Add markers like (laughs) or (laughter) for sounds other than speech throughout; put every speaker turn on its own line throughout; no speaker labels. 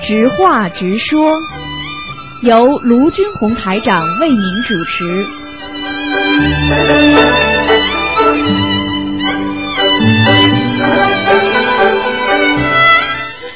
直话直说，由卢军红台长为您主持。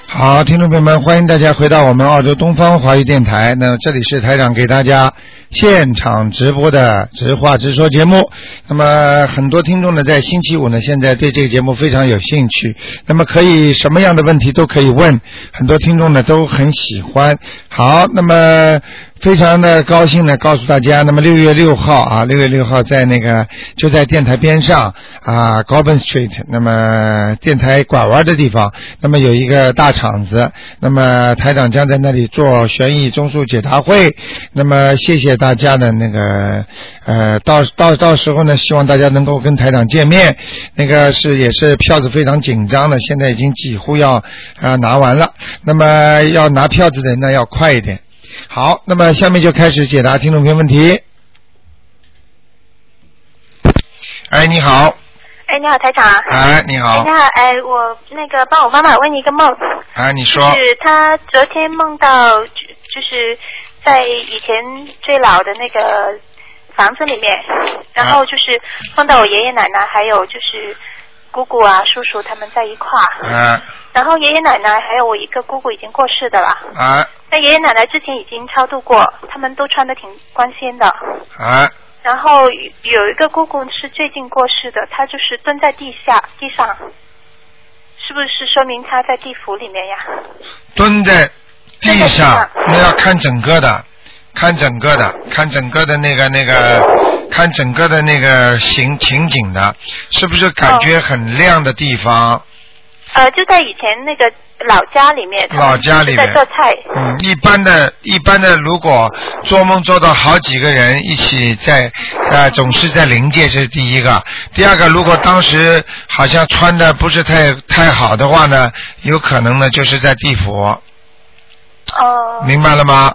好，听众朋友们，欢迎大家回到我们澳洲东方华语电台。那么这里是台长给大家现场直播的直话直说节目。那么很多听众呢，在星期五呢，现在对这个节目非常有兴趣。那么可以什么样的问题都可以问，很多听众呢都很喜欢。好，那么。非常的高兴呢，告诉大家，那么六月六号啊，六月六号在那个就在电台边上啊 g o b i n Street，那么电台拐弯的地方，那么有一个大场子，那么台长将在那里做悬疑综述解答会，那么谢谢大家的那个呃，到到到时候呢，希望大家能够跟台长见面，那个是也是票子非常紧张的，现在已经几乎要啊、呃拿完了，那么要拿票子的人呢要快一点。好，那么下面就开始解答听众朋友问题。哎，你好，
哎，你好，台长。
哎，你
哎，
好
你，好，哎，我那个帮我妈妈问一个梦，
哎，你
就
说，
是她昨天梦到，就就是在以前最老的那个房子里面，
啊
然后就是梦到我爷爷奶奶，还有就是姑姑啊、叔叔他们在一块儿，
哎
然后爷爷奶奶还有我一个姑姑已经过世的了，
哎
那爷爷奶奶之前已经超度过，他们都穿的挺光鲜的，
哎
然后有有一个姑姑是最近过世的，她就是蹲在地下地上，是不是说明她在地府里面呀？
蹲在地上，
蹲在地上
那要看整个的，看整个的，看整个的那个那个，看整个的那个形情景的，是不是感觉很亮的地方？
呃，就在以前那个老家里面，他们
老家里面
就是在做菜。
嗯，一般的，一般的，如果做梦做到好几个人一起在，呃，总是在灵界，这是第一个。第二个，如果当时好像穿的不是太太好的话呢，有可能呢就是在地府，
哦、
明白了吗？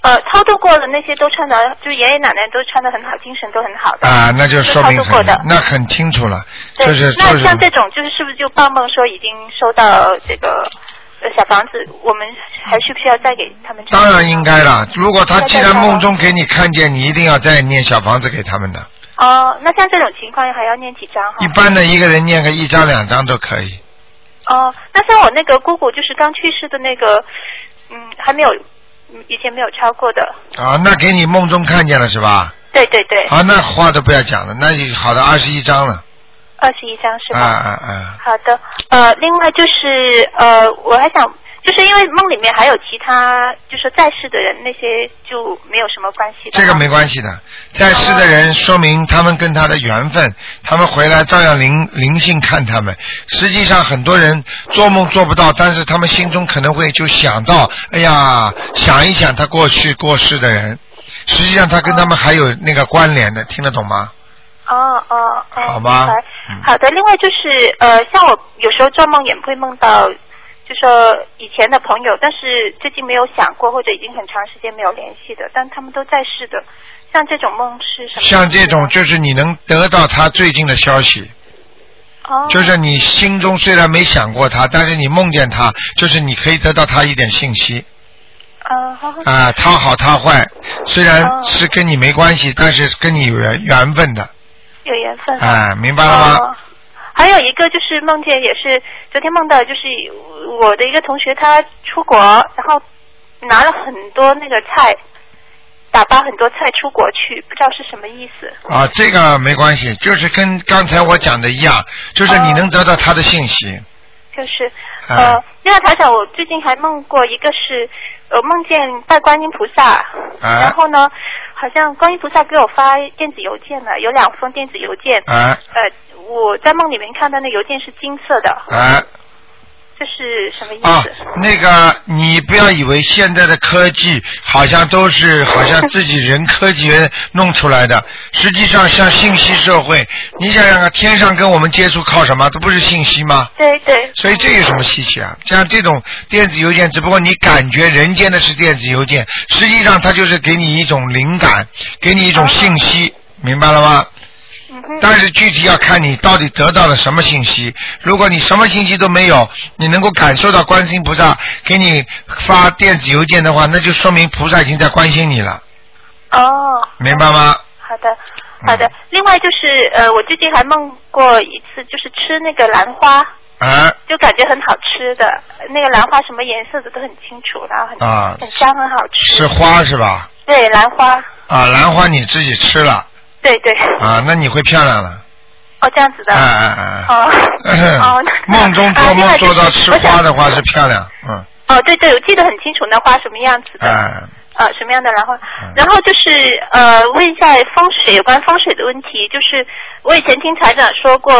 呃，超度过的那些都穿的，就是爷爷奶奶都穿的很好，精神都很好的。
啊，那就说明
都超度过
很
的，
那很清楚了，
对，
就是就
那
是
像这种，就是是不是就报梦说已经收到这个呃小房子，我们还需不需要再给他们？
当然应。该了。如果他既然梦中给你看见，你一定要再念小房子给他们的。
哦、那像这种情况还要念几张哈？
一般的一个人念个一张两张都可以。
哦，那像我那个姑姑，就是刚去世的那个，嗯，还没有，嗯以前没有超过的。
啊，那给你梦中看见了是吧？
对对对，
好，那话都不要讲了，那就好的二十一章了，
二十一张是
啊
吧？
啊啊！
好的，呃，另外就是呃，我还想，就是因为梦里面还有其他，就是在世的人，那些就没有什么关系的。
这个没。关系的，在世的人说明他们跟他的缘分，他们回来照样灵灵性看他们。实际上很多人做梦做不到，但是他们心中可能会就想到，哎呀，想一想他过去过世的人，实际上他跟他们还有那个关联的，听得懂吗？
哦哦哦。
好吧
明白
嗯
好的，另外就是呃，像我有时候做梦也会梦到。就说以前的朋友，但是最近没有想过，或者已经很长时间没有联系的，但他们都在世的。像这种梦是什么意思呢？
像这种就是你能得到他最近的消息，
哦，
就是你心中虽然没想过他，但是你梦见他，就是你可以得到他一点信息
啊，好好
啊、他好他坏，虽然
哦
是跟你没关系，但是跟你有缘缘分的
有缘分
啊、明白了吗？
嗯哦还有一个就是梦见也是昨天梦到，就是我的一个同学他出国，然后拿了很多那个菜，打包很多菜出国去，不知道是什么意思。
啊，这个没关系，就是跟刚才我讲的一样，就是
哦
你能得到他的信息。
就是
啊
呃，另外台长，我最近还梦过一个是，呃，梦见拜观音菩萨，
啊
然后呢，好像观音菩萨给我发电子邮件了，有两封电子邮件，
啊
呃，我在梦里面看到那邮件是金色的，
啊
这是什么意
啊
思？！
那个，你不要以为现在的科技好像都是好像自己人科技人弄出来的，实际上像信息社会，你想想看，天上跟我们接触靠什么？这不是信息吗？
对对，
所以这有什么稀奇啊？像这种电子邮件，只不过你感觉人间的是电子邮件，实际上它就是给你一种灵感，给你一种信息，明白了吗？
嗯
但是具体要看你到底得到了什么信息。如果你什么信息都没有，你能够感受到观世音菩萨给你发电子邮件的话，那就说明菩萨已经在关心你了，
哦，
明白吗？
好的，好
嗯
的。另外就是呃，我最近还梦过一次，就是吃那个兰花，
啊
就感觉很好吃的，那个兰花什么颜色的都很清楚，然后很、
啊，
很香，很好吃。
是花是吧？
对，兰花，
啊，兰花你自己吃了
对对。
啊，那你会漂亮了。
哦，这样子的。
哎哎 (laughs) 哎。，
哦哦那
梦中做梦做到吃花的话。
啊另
是
外就是我想
漂亮，嗯，
哦，对对，我记得很清楚那花什么样子的，
哎，
呃，什么样的兰花。
啊
然后就是呃，问一下风水有关风水的问题，就是我以前听台长说过，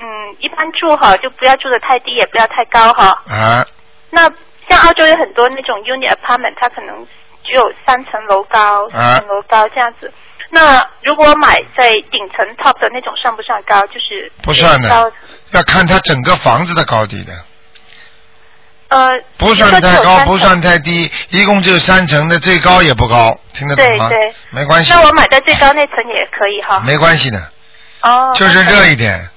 嗯，一般住哈就不要住的太低，也不要太高哈。
啊，
那像澳洲有很多那种 unit apartment，它可能只有三层楼高、四
啊
层楼高这样子。那如果买在顶层 top 的那种算不算高？就是
不算的
高
要看它整个房子的高低的，
呃，
不算
比如说只
太
有
高，
三
不
层
算太低，一共只有三层的，最高也不高，听得懂
对
吗？
对，
没关系，
那我买在最高那层也可以哈。
没关系的，
哦，
就是
那可
热
以
一点，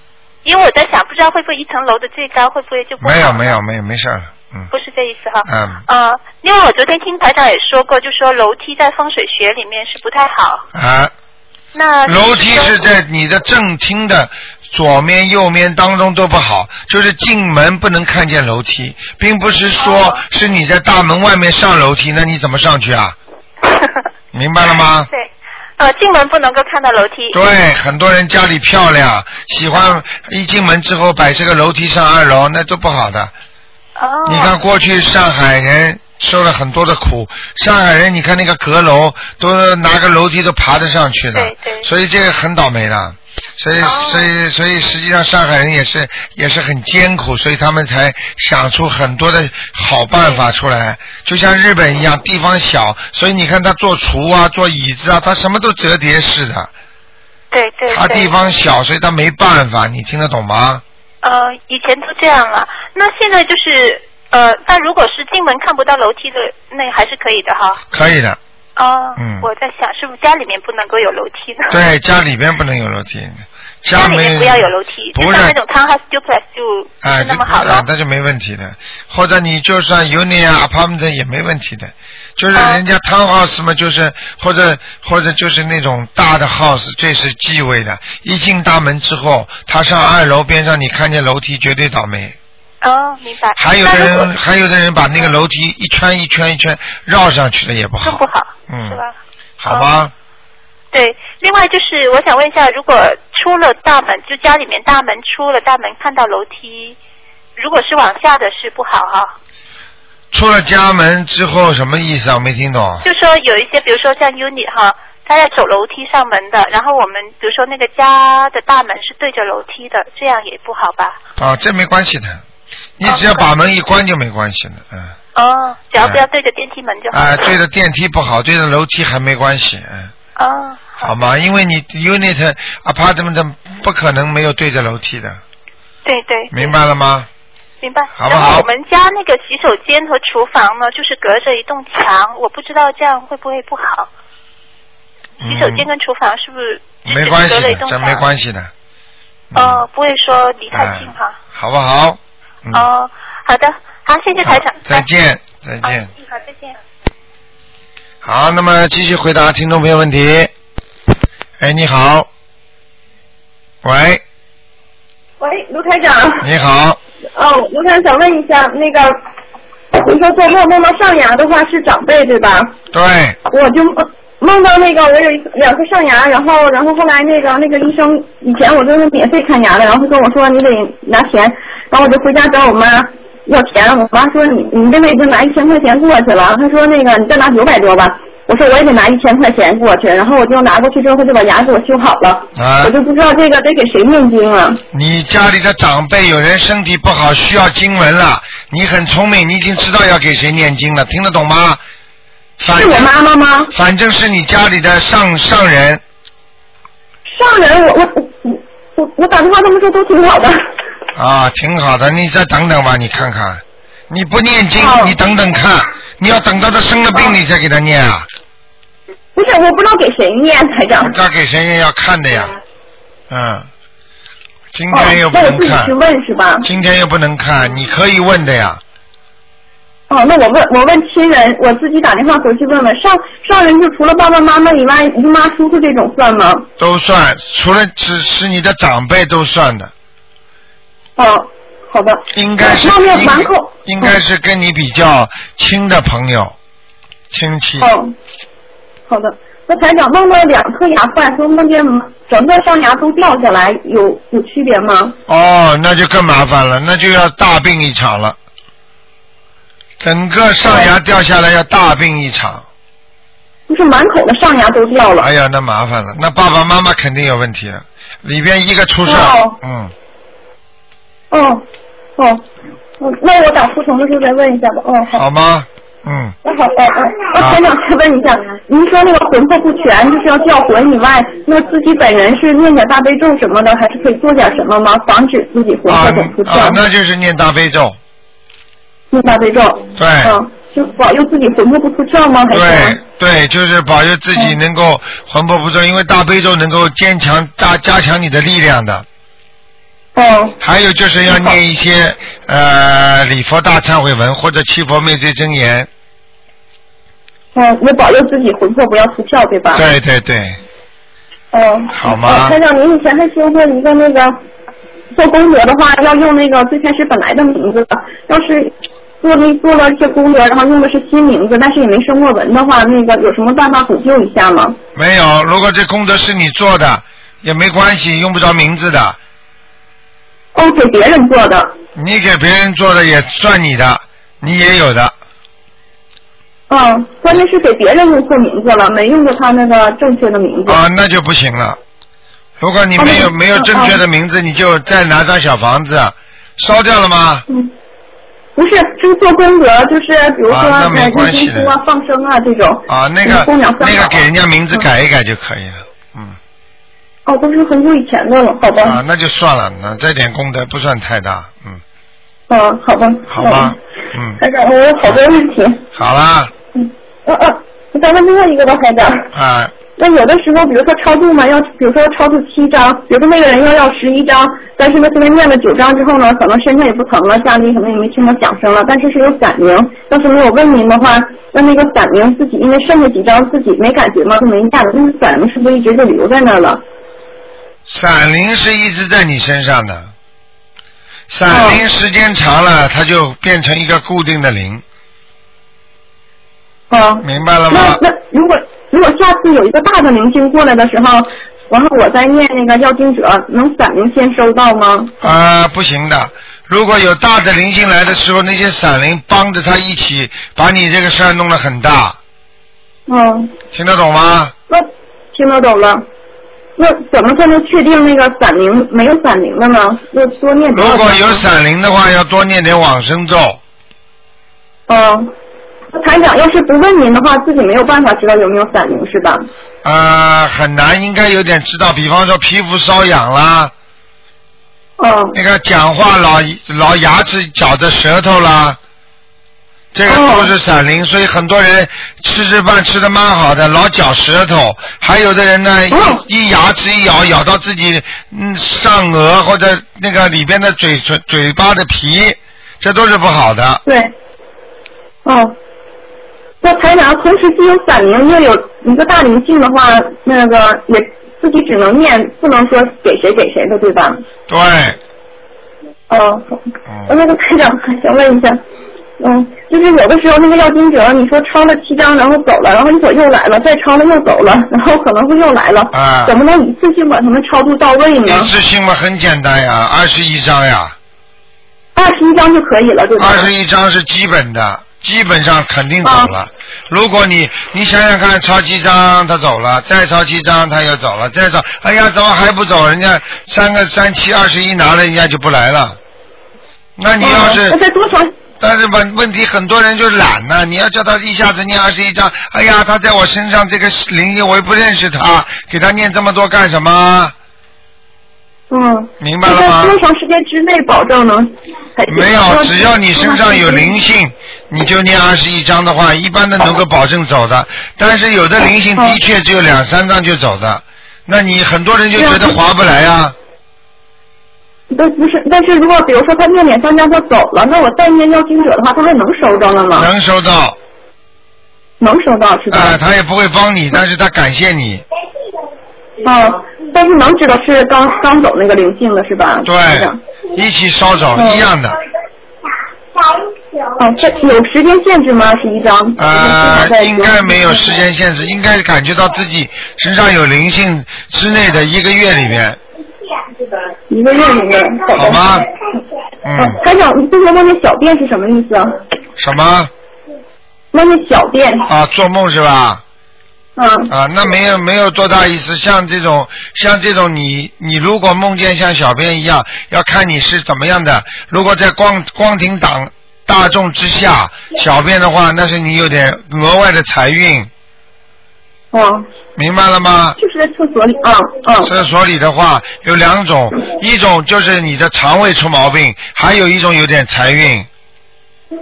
因为我在想，不知道会不会一层楼的最高会不会就不好
没有没有没有没事儿了，嗯
不是这意思哈。
嗯
呃，另外我昨天听台长也说过，就说楼梯在风水学里面是不太好。
啊，
那
楼梯是 (laughs)
(laughs)
在你的正厅的左面、右面当中都不好，就是进门不能看见楼梯，并不是说
哦？
是你在大门外面上楼梯，那你怎么上去啊？明白了吗
对，呃，进门不能够看到楼梯。
对，很多人家里漂亮，喜欢一进门之后摆这个楼梯上二楼，那都不好的。
哦。
你看过去上海人受了很多的苦，上海人你看那个阁楼都拿个楼梯都爬得上去的
对，对
所以这个很倒霉的。所以，
哦
所以，所以，实际上上海人也是也是很艰苦，所以他们才想出很多的好办法出来。就像日本一样，地方小，所以你看他做厨啊，做椅子啊，他什么都折叠式的。
对对对。
他地方小，所以他没办法，你听得懂吗？
呃，以前都这样了，那现在就是呃，但如果是进门看不到楼梯的，那还是可以的哈。
可以的，
哦。
嗯
我在想，是不是家里面不能够有楼梯呢？。
对，家里边不能有楼梯，
家里
没
面不要有楼梯，
不
就是像那种 townhouse duplex 就不
啊，
是
这
那么好
啊
了，。
那就没问题的。或者你就算 union 啊 apartment 也没问题的，就是
啊
人家 townhouse 嘛，就是或者或者就是那种大的 house，最是忌讳的。一进大门之后，他上二楼边上，你看见楼梯绝对倒霉。
哦，明白。
还有的
那如果
人，还有的人把那个楼梯一圈一圈一圈绕上去的也不
更
好
不，好，
嗯
是吧？
好吧？
对，另外就是我想问一下，如果出了大门，就家里面大门出了大门看到楼梯，如果是往下的是不好哈、
出了家门之后什么意思啊？我没听懂。
就说有一些，比如说像 unit 哈，他要走楼梯上门的，然后我们比如说那个家的大门是对着楼梯的，这样也不好吧？
啊，这没关系的，你只要
哦不管
把门一关就没关系了，嗯。
哦，只要不要
哎
对着电梯门就好。
啊，对着电梯不好，对着楼梯还没关系，嗯，
哦，
好吗？因为你 unit apartment 不可能没有对着楼梯的，
对对，
明白了吗？
明白。
好不好
然后我们家那个洗手间和厨房呢，就是隔着一栋墙，我不知道这样会不会不好。洗手间
嗯，
跟厨房是不是
没关系
隔了一
的，
栋
这
墙？
没关系的。嗯
哦，，不会说离太近哈
哎。好不好？嗯，
哦，好的，好，谢谢台长
好。再见，再
拜。
见。
好，再见。
好，那么继续回答听众朋友问题。哎，你好，喂，
喂，卢台长，
你好，
哦，卢台长想问一下，那个，你说做梦梦到上牙的话是长辈对吧？
对，
我就梦梦到那个我有一两颗上牙，然后然后后来那个那个医生以前我都是免费看牙的，然后他跟我说你得拿钱，然后我就回家找我妈要钱，我妈说你你这辈子拿一千块钱过去了，她说那个你再拿九百多吧，我说我也得拿一千块钱过去，然后我就拿过去之后他就把牙给我修好了，
啊
我，就不知道这个得给谁念经啊。
你家里的长辈有人身体不好需要经文了，你很聪明，你已经知道要给谁念经了，听得懂吗？反
是我
正
妈妈吗？
反正是你家里的上上人，
上人，我我我我我打电话他们说都挺好的。
啊，挺好的，你再等等吧，你看看，你不念经，
哦
你等等看，你要等到他生了病，你再给他念啊，
不是，我不知道给谁念，台长
他。给谁念要看的呀，嗯，今
哦
天又，不
那我
能
自己
看
去，问是吧？
今天又不能看，你可以问的呀。
哦，那我问我问亲人，我自己打电话回去问问上上人就除了爸爸妈妈以外，姨妈叔叔这种算吗？
都算，除了只是你的长辈都算的，
哦，好的。
应该是
那那
应
蛮扣
应该是跟你比较亲的朋友、亲戚。
哦，好的。那台长梦到两颗牙坏，说梦见整个上牙都掉下来，有有区别吗？
哦，那就更麻烦了，那就要大病一场了。整个上
哦
牙掉下来要大病一场，
就是满口的上牙都掉了。
哎呀，那麻烦了，那爸爸妈妈肯定有问题了，里边一个出事儿，
哦
嗯，
哦，哦，我那我打护城的时候再问一下吧。哦，好。
好吗？嗯，
那好，嗯嗯，那台长再问一下，您说那个魂魄不全，就是要叫魂以外，那自己本人是念点大悲咒什么的，还是可以做点什么吗？防止自己魂
啊
魄走不
啊
掉，？
那就是念大悲咒，
念大悲咒。
对
嗯，就保佑自己魂魄不出窍吗？还
哎对
是？
对，就是保佑自己
嗯
能够魂魄不正，因为大悲咒能够坚强加加强你的力量的。
哦
还有就是要念一些呃礼佛大忏悔文或者七佛灭罪真言。
哦，也保佑自己魂魄不要出窍，对吧？。
对对对，
嗯，
好吗
呃台长，您以前还说过一个那个做功德的话，要用那个最开始本来的名字的，要是做那做了这功德，然后用的是新名字，但是也没升过文的话，那个有什么办法补救一下吗？
没有。如果这功德是你做的，也没关系，用不着名字的，
哦，给别人做的。
你给别人做的也算你的，你也有的。
嗯，关键是给别人用错名字了，没用过他那个正确的名字。
啊，那就不行了。如果你没有
哦
没有正确的名字，你就再拿张小房子烧掉了吗？
嗯，不是，就是做功德，就是比如说
啊那没
呃
关
念
系
经
的
书啊、放生啊这种。
啊，那
嗯
个
供养三宝
那个给人家名字
嗯
改一改就可以了。嗯，
哦，都是很久以前的了，好吧？
啊，那就算了，那这点功德不算太大。嗯，
嗯，好吧。
好吧
嗯。
嗯，
台长，我有好多问题。
好啦，
嗯，呃呃，我再问最后一个吧，台长。
啊，
那有的时候，比如说超度嘛，要比如说超度七张，比如说那个人要要十一张，但是呢，现在念了九张之后呢，可能身上也不疼了，家里什么也没听到响声了，但是是有感应。要是没有问您的话，那那个感应自己因为剩下几张自己没感觉嘛，就没念了，那个感应是不是一直就留在那儿了？
闪灵是一直在你身上的，闪灵时间长了，它就变成一个固定的灵，
啊，
明白了
那
吗？
那如果如果下次有一个大的明星过来的时候，然后我再念那个要经者，能散明先收到吗？
啊，不行的。如果有大的灵性来的时候，那些闪灵帮着他一起把你这个事儿弄得很大，
嗯，
听得懂吗？
那听得懂了。那怎么才能确定那个散灵没有散灵了呢？那多念多
如
少
果
章
有闪灵的话，要多念点往生咒。
嗯，那台长要是不问您的话，自己没有办法知道有没有散灵是吧？
呃，很难，应该有点知道。比方说皮肤瘙痒啦，
嗯
那个讲话老老牙齿绞着舌头啦，这个都是闪灵。所以很多人吃吃饭吃的蛮好的，老绞舌头。还有的人呢，
哦
一一牙齿一咬，咬到自己嗯上颚或者那个里边的嘴唇嘴巴的皮，这都是不好的。
对。哦。那台长同时既有散灵又有一个大灵性的话，那个也自己只能念，不能说给谁给谁的，对吧？
对，
哦，
嗯
我那个台长 (laughs) 还想问一下，嗯，就是有的时候那个要经者，你说抄了七张，然后走了，然后一会儿又来了，再抄了又走了，然后可能会又来了，
啊
怎么能一次性把他们超度到位呢
一？次性嘛很简单呀，二十一张呀。
二十一张就可以了，对吧？
二十一张是基本的，基本上肯定走了。如果你你想想看，超七张他走了，再超七张他又走了，再超，哎呀，怎么还不走？人家三个三七二十一拿了，人家就不来了。那你要是，
嗯那再多少？
(laughs) 但是问问题很多人就懒呢、你要叫他一下子念二十一张，哎呀，他在我身上这个灵性我又不认识他，给他念这么多干什么？
嗯，
明白了吗
那在多长时间之内保证能？还是
没有，
说
只要你身上有灵性，你就念二十一章的哦话，一般的能够保证走的。但是有的灵性的确只有两三张就走的，那你很多人就觉得划不来啊。
但不是，但是如果比如说他念点三张他走了，那我再念要经者的话，他还能收着了吗？
能收到，
能收到是吧？
啊、他也不会帮你，但是他感谢你。
哦，但是能知道是刚刚走那个灵性了是吧？
对啊
是这样，
一起烧着、
嗯
一样的。
哦，这有时间限制吗？是一张？
啊
时间限制吗，在
应该没有时间限制，应该感觉到自己身上有灵性之内的一个月里面，
一个月里面。的
好吗？嗯
嗯，，台长，你之前问那小便是什么意思啊？
什么
问那小便，
啊？做梦是吧？
嗯，
啊，那没有没有多大意思。像这种像这种你你如果梦见像小便一样，要看你是怎么样的。如果在光光庭党大众之下小便的话，那是你有点额外的财运，
哦，
明白了吗？
就是在厕所里，嗯嗯，
厕所里的话有两种，一种就是你的肠胃出毛病，还有一种有点财运，
哦，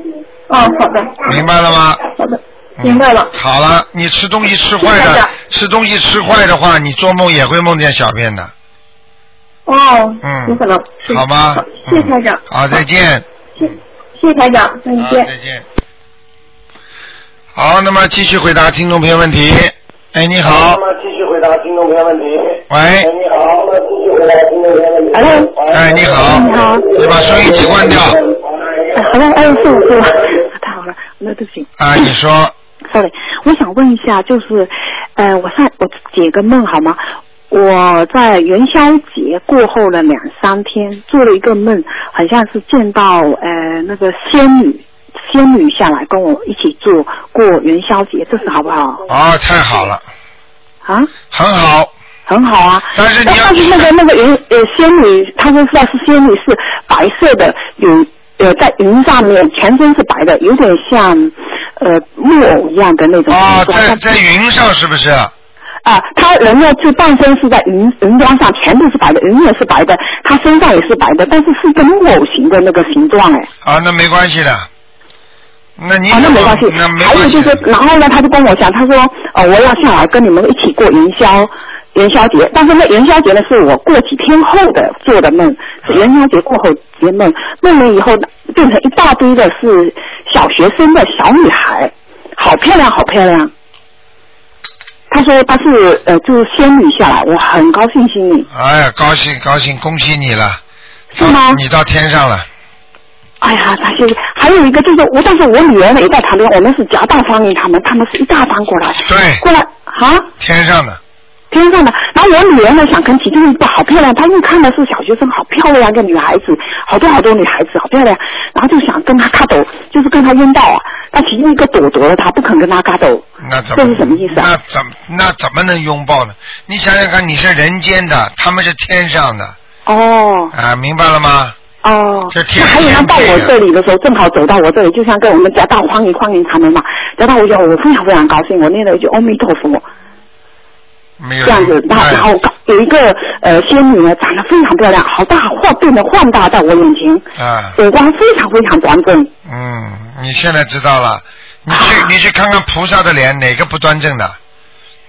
好的，
明白了吗？
好的，
嗯
明白了。
好了，你吃东西吃坏
是
了
的，
吃东西吃坏的话，你做梦也会梦见小便的，
哦，
嗯
有可能，是
好吗？
谢谢
嗯
台长，
好，再见。
谢谢谢台长，再
好，
见。
再见。好，那么继续回答听众朋友问题。哎，你好
那，么继续回答听众朋友问题。
喂
哎，你好，那么继续回答听众朋友问题。
Hello，
哎，你好，
你好
你把收音机关掉
哎，Hello，哎，是我是我，太好了，那对不起
啊！你说，
，sorry，我想问一下，就是，呃，我上我解个梦好吗？我在元宵节过后的两三天做了一个梦，好像是见到呃那个仙女，仙女下来跟我一起做过元宵节，这是好不好
哦，太好了，
啊？
很好。
很好啊。
但是你要
但是那个那个云呃仙女，她们知道是仙女是白色的，有呃在云上面全身是白的，有点像呃木偶一样的那种
哦，
形
在
状
在云上是不是？
啊，她人呢就半身是在云云端上，全部是白的，云也是白的，她身上也是白的，但是是一个木偶形的那个形状哎。
啊，那没关系的。那你
啊，那
怎么
没关系。
那没
还有
关
就
系
是
的。，
然后呢，他就跟我讲，他说，呃，我要下来跟你们一起过元宵，元宵节。但是那元宵节呢，是我过几天后的做的梦，是元宵节过后做的梦，梦了以后变成一大堆的是小学生的小女孩，好漂亮，好漂
嗯
亮。他说他是呃，就是仙女下来，我很高兴心里。
哎呀，高兴高兴，恭喜你了。
是吗
你到天上了。
哎呀，那谢谢。还有一个就是我，但是我女儿呢也在旁边，我们是夹道欢迎他们，他们是一大帮过来，
对
过来啊。
天上的，
天上的。然后我女儿呢想跟其中一个好漂亮，她一看呢是小学生，好漂亮一个女孩子，好多好多女孩子，好漂亮。然后就想跟她卡斗，就是跟她拥抱啊。但其中一个躲躲了她，不肯跟她卡斗。
那怎么？
这是什么意思啊
那怎么那怎么能拥抱呢？你想想看，你是人间的，他们是天上的
哦
啊，明白了吗？
哦，
这天
那还有
天
她到
配
我
的
这里的时候，正好走到我这里，就像跟我们夹道欢迎欢迎他们嘛。夹道我就我非常非常高兴，我念了一句阿弥陀佛。
没有
这样子，然后
哎
然后有一个呃仙女呢，长得非常漂亮，好大晃变得晃大在我眼前，
啊，
五官非常非常端正。
嗯，你现在知道了。你去
啊
你去看看菩萨的脸，哪个不端正的？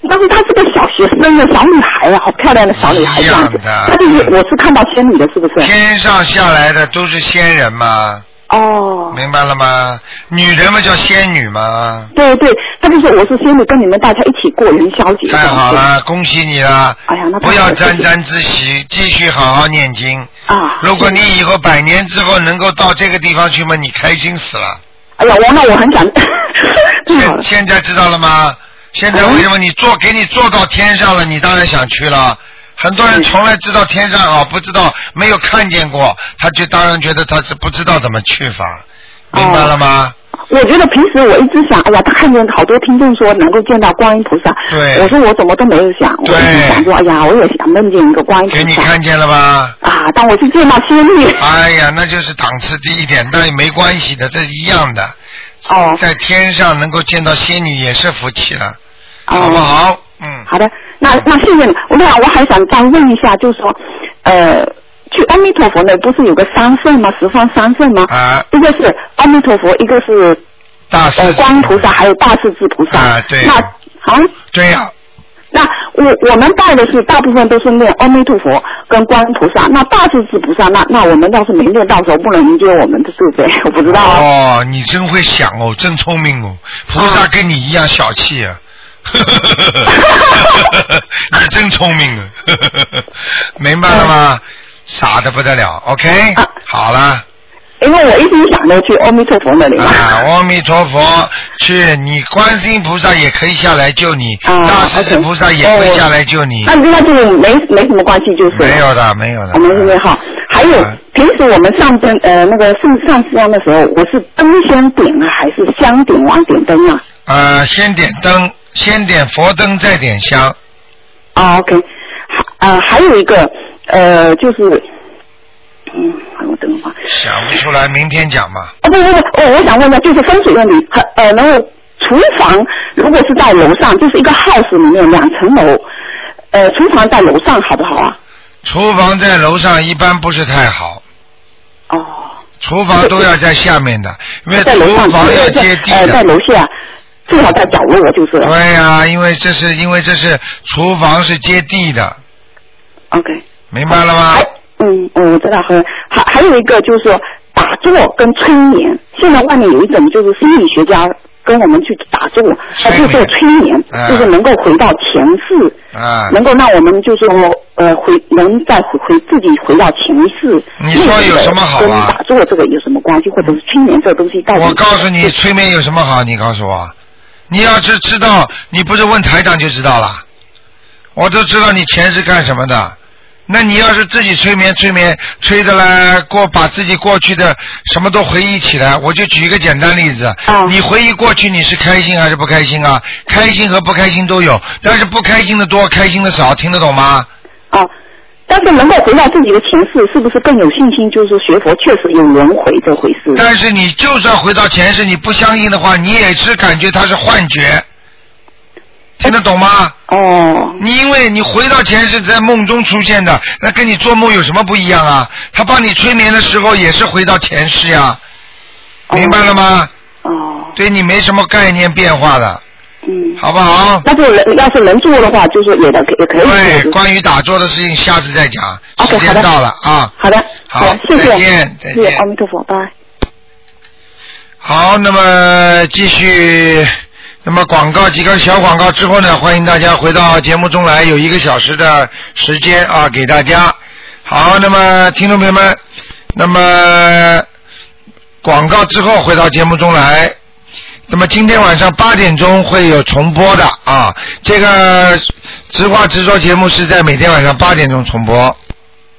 但是她是个小学生的小女孩啊，好漂亮的小女孩
一
这
样
样
的
子。她就是我是看到仙女的，是不是？
天上下来的都是仙人嘛，
哦，
明白了吗？女人嘛叫仙女嘛。
对对，她就说我是仙女，跟你们大家一起过元宵节。
太好了，恭喜你了！
哎呀那太好了
不要
谢
沾
谢
沾自喜，继续好好念经。
啊！
如果你以后百年之后能够到这个地方去嘛，你开心死了。
哎呀，我那我很
(laughs)
想， (laughs) 太好
现
了
现在知道了吗？现在为什么你做给你做到天上了，你当然想去了。很
嗯
多人从来知道天上好，不知道没有看见过，他就当然觉得他是不知道怎么去法，
哦
明白了吗？
我觉得平时我一直想，哎呀，他看见好多听众说能够见到观音菩萨，
对
我说我怎么都没有想，我一
对
直想说，哎呀，我也想梦见一个观音菩
给你
萨
看见了吧？
啊，但我是见到仙女，
哎呀，那就是档次低一点，但也没关系的，这是一样的。
哦
在天上能够见到仙女也是福气了，好不
哦。
好？嗯，
好的，那那谢谢你。我那我还想再问一下，就是说，呃，去阿弥陀佛那不是有个三圣吗？十方三圣吗？
啊，
一个是阿弥陀佛，一个是呃
大师
呃观音菩萨，还有大势至菩萨。
啊啊对
那啊，
对呀、
那我我们拜的是大部分都是念阿弥陀佛跟观音菩萨，那大势至菩萨，那那我们要是没念到，时候不能迎接我们的是谁？我不知道啊。
哦，你真会想哦，真聪明哦，菩萨跟你一样小气
(laughs)
啊。你真聪明啊， (laughs) 明白了吗？傻的不得了，OK，
嗯啊
好了。
因为我一直想着去阿弥陀佛那里嘛。
啊，阿弥陀佛，是你观世音菩萨也可以下来救你，
啊
大势至
OK
菩萨也会下来救你
那。那就是没没什么关系，就是了
没有的，没有的。
我们这边哈，还有
啊
平时我们上灯呃那个上上香的时候，我是灯先点啊，还是香点完点灯啊？
呃，先点灯，先点佛灯，再点香。
啊，OK，呃，还有一个呃就是，嗯，我等会儿，
想不出来，明天讲嘛。
哦不不不，我我想问一下，就是风水问题，呃，然后厨房如果是在楼上，就是一个 house 里面两层楼，呃，厨房在楼上好不好啊？
厨房在楼上一般不是太好，
哦，
厨房都要在下面
(laughs)
的，因为
在楼上
厨房要接地
呃，在
的。
楼下，最好在角落就是了。
对呀、因为这是因为这是厨房是接地的，
OK。
明白了吗
还？嗯，嗯我知道，还还还有一个就是说打坐跟催眠。现在外面有一种就是心理学家跟我们去打坐，
催
呃，
眠
就做催眠，
啊
就是能够回到前世，
啊，
能够让我们就是说呃回能再回回自己回到前世。
你说有什么好啊
那个跟打坐这个有什么关系，或者是催眠这个东西到底？
哦我告诉你，催眠有什么好？你告诉我，你要是知道，你不是问台长就知道了。我都知道你钱是干什么的。那你要是自己催眠，催眠催的来过，把自己过去的什么都回忆起来。我就举一个简单例子，
嗯
你回忆过去你是开心还是不开心啊？开心和不开心都有，但是不开心的多，开心的少，听得懂吗？
啊。但是能够回到自己的前世，是不是更有信心？就是说学佛确实有轮回这回事。
但是你就算回到前世，你不相信的话，你也是感觉它是幻觉，听得懂吗？
哦，
你因为你回到前世在梦中出现的，那跟你做梦有什么不一样啊？他帮你催眠的时候也是回到前世呀、
哦
明白了吗？
哦，
对你没什么概念变化的，
嗯。
好不好？
那就人要是能做的话，就是也能也可以做。就是
对，关于打坐的事情下次再讲，时
OK，好
间
的
到了啊。
好的，
好
的谢谢，
再见再
谢谢
见
阿弥陀佛，拜。
好，那么继续，那么广告几个小广告之后呢，欢迎大家回到节目中来，有一个小时的时间啊，给大家。好，那么听众朋友们，那么广告之后回到节目中来。那么今天晚上八点钟会有重播的啊，这个直话直说节目是在每天晚上八点钟重播。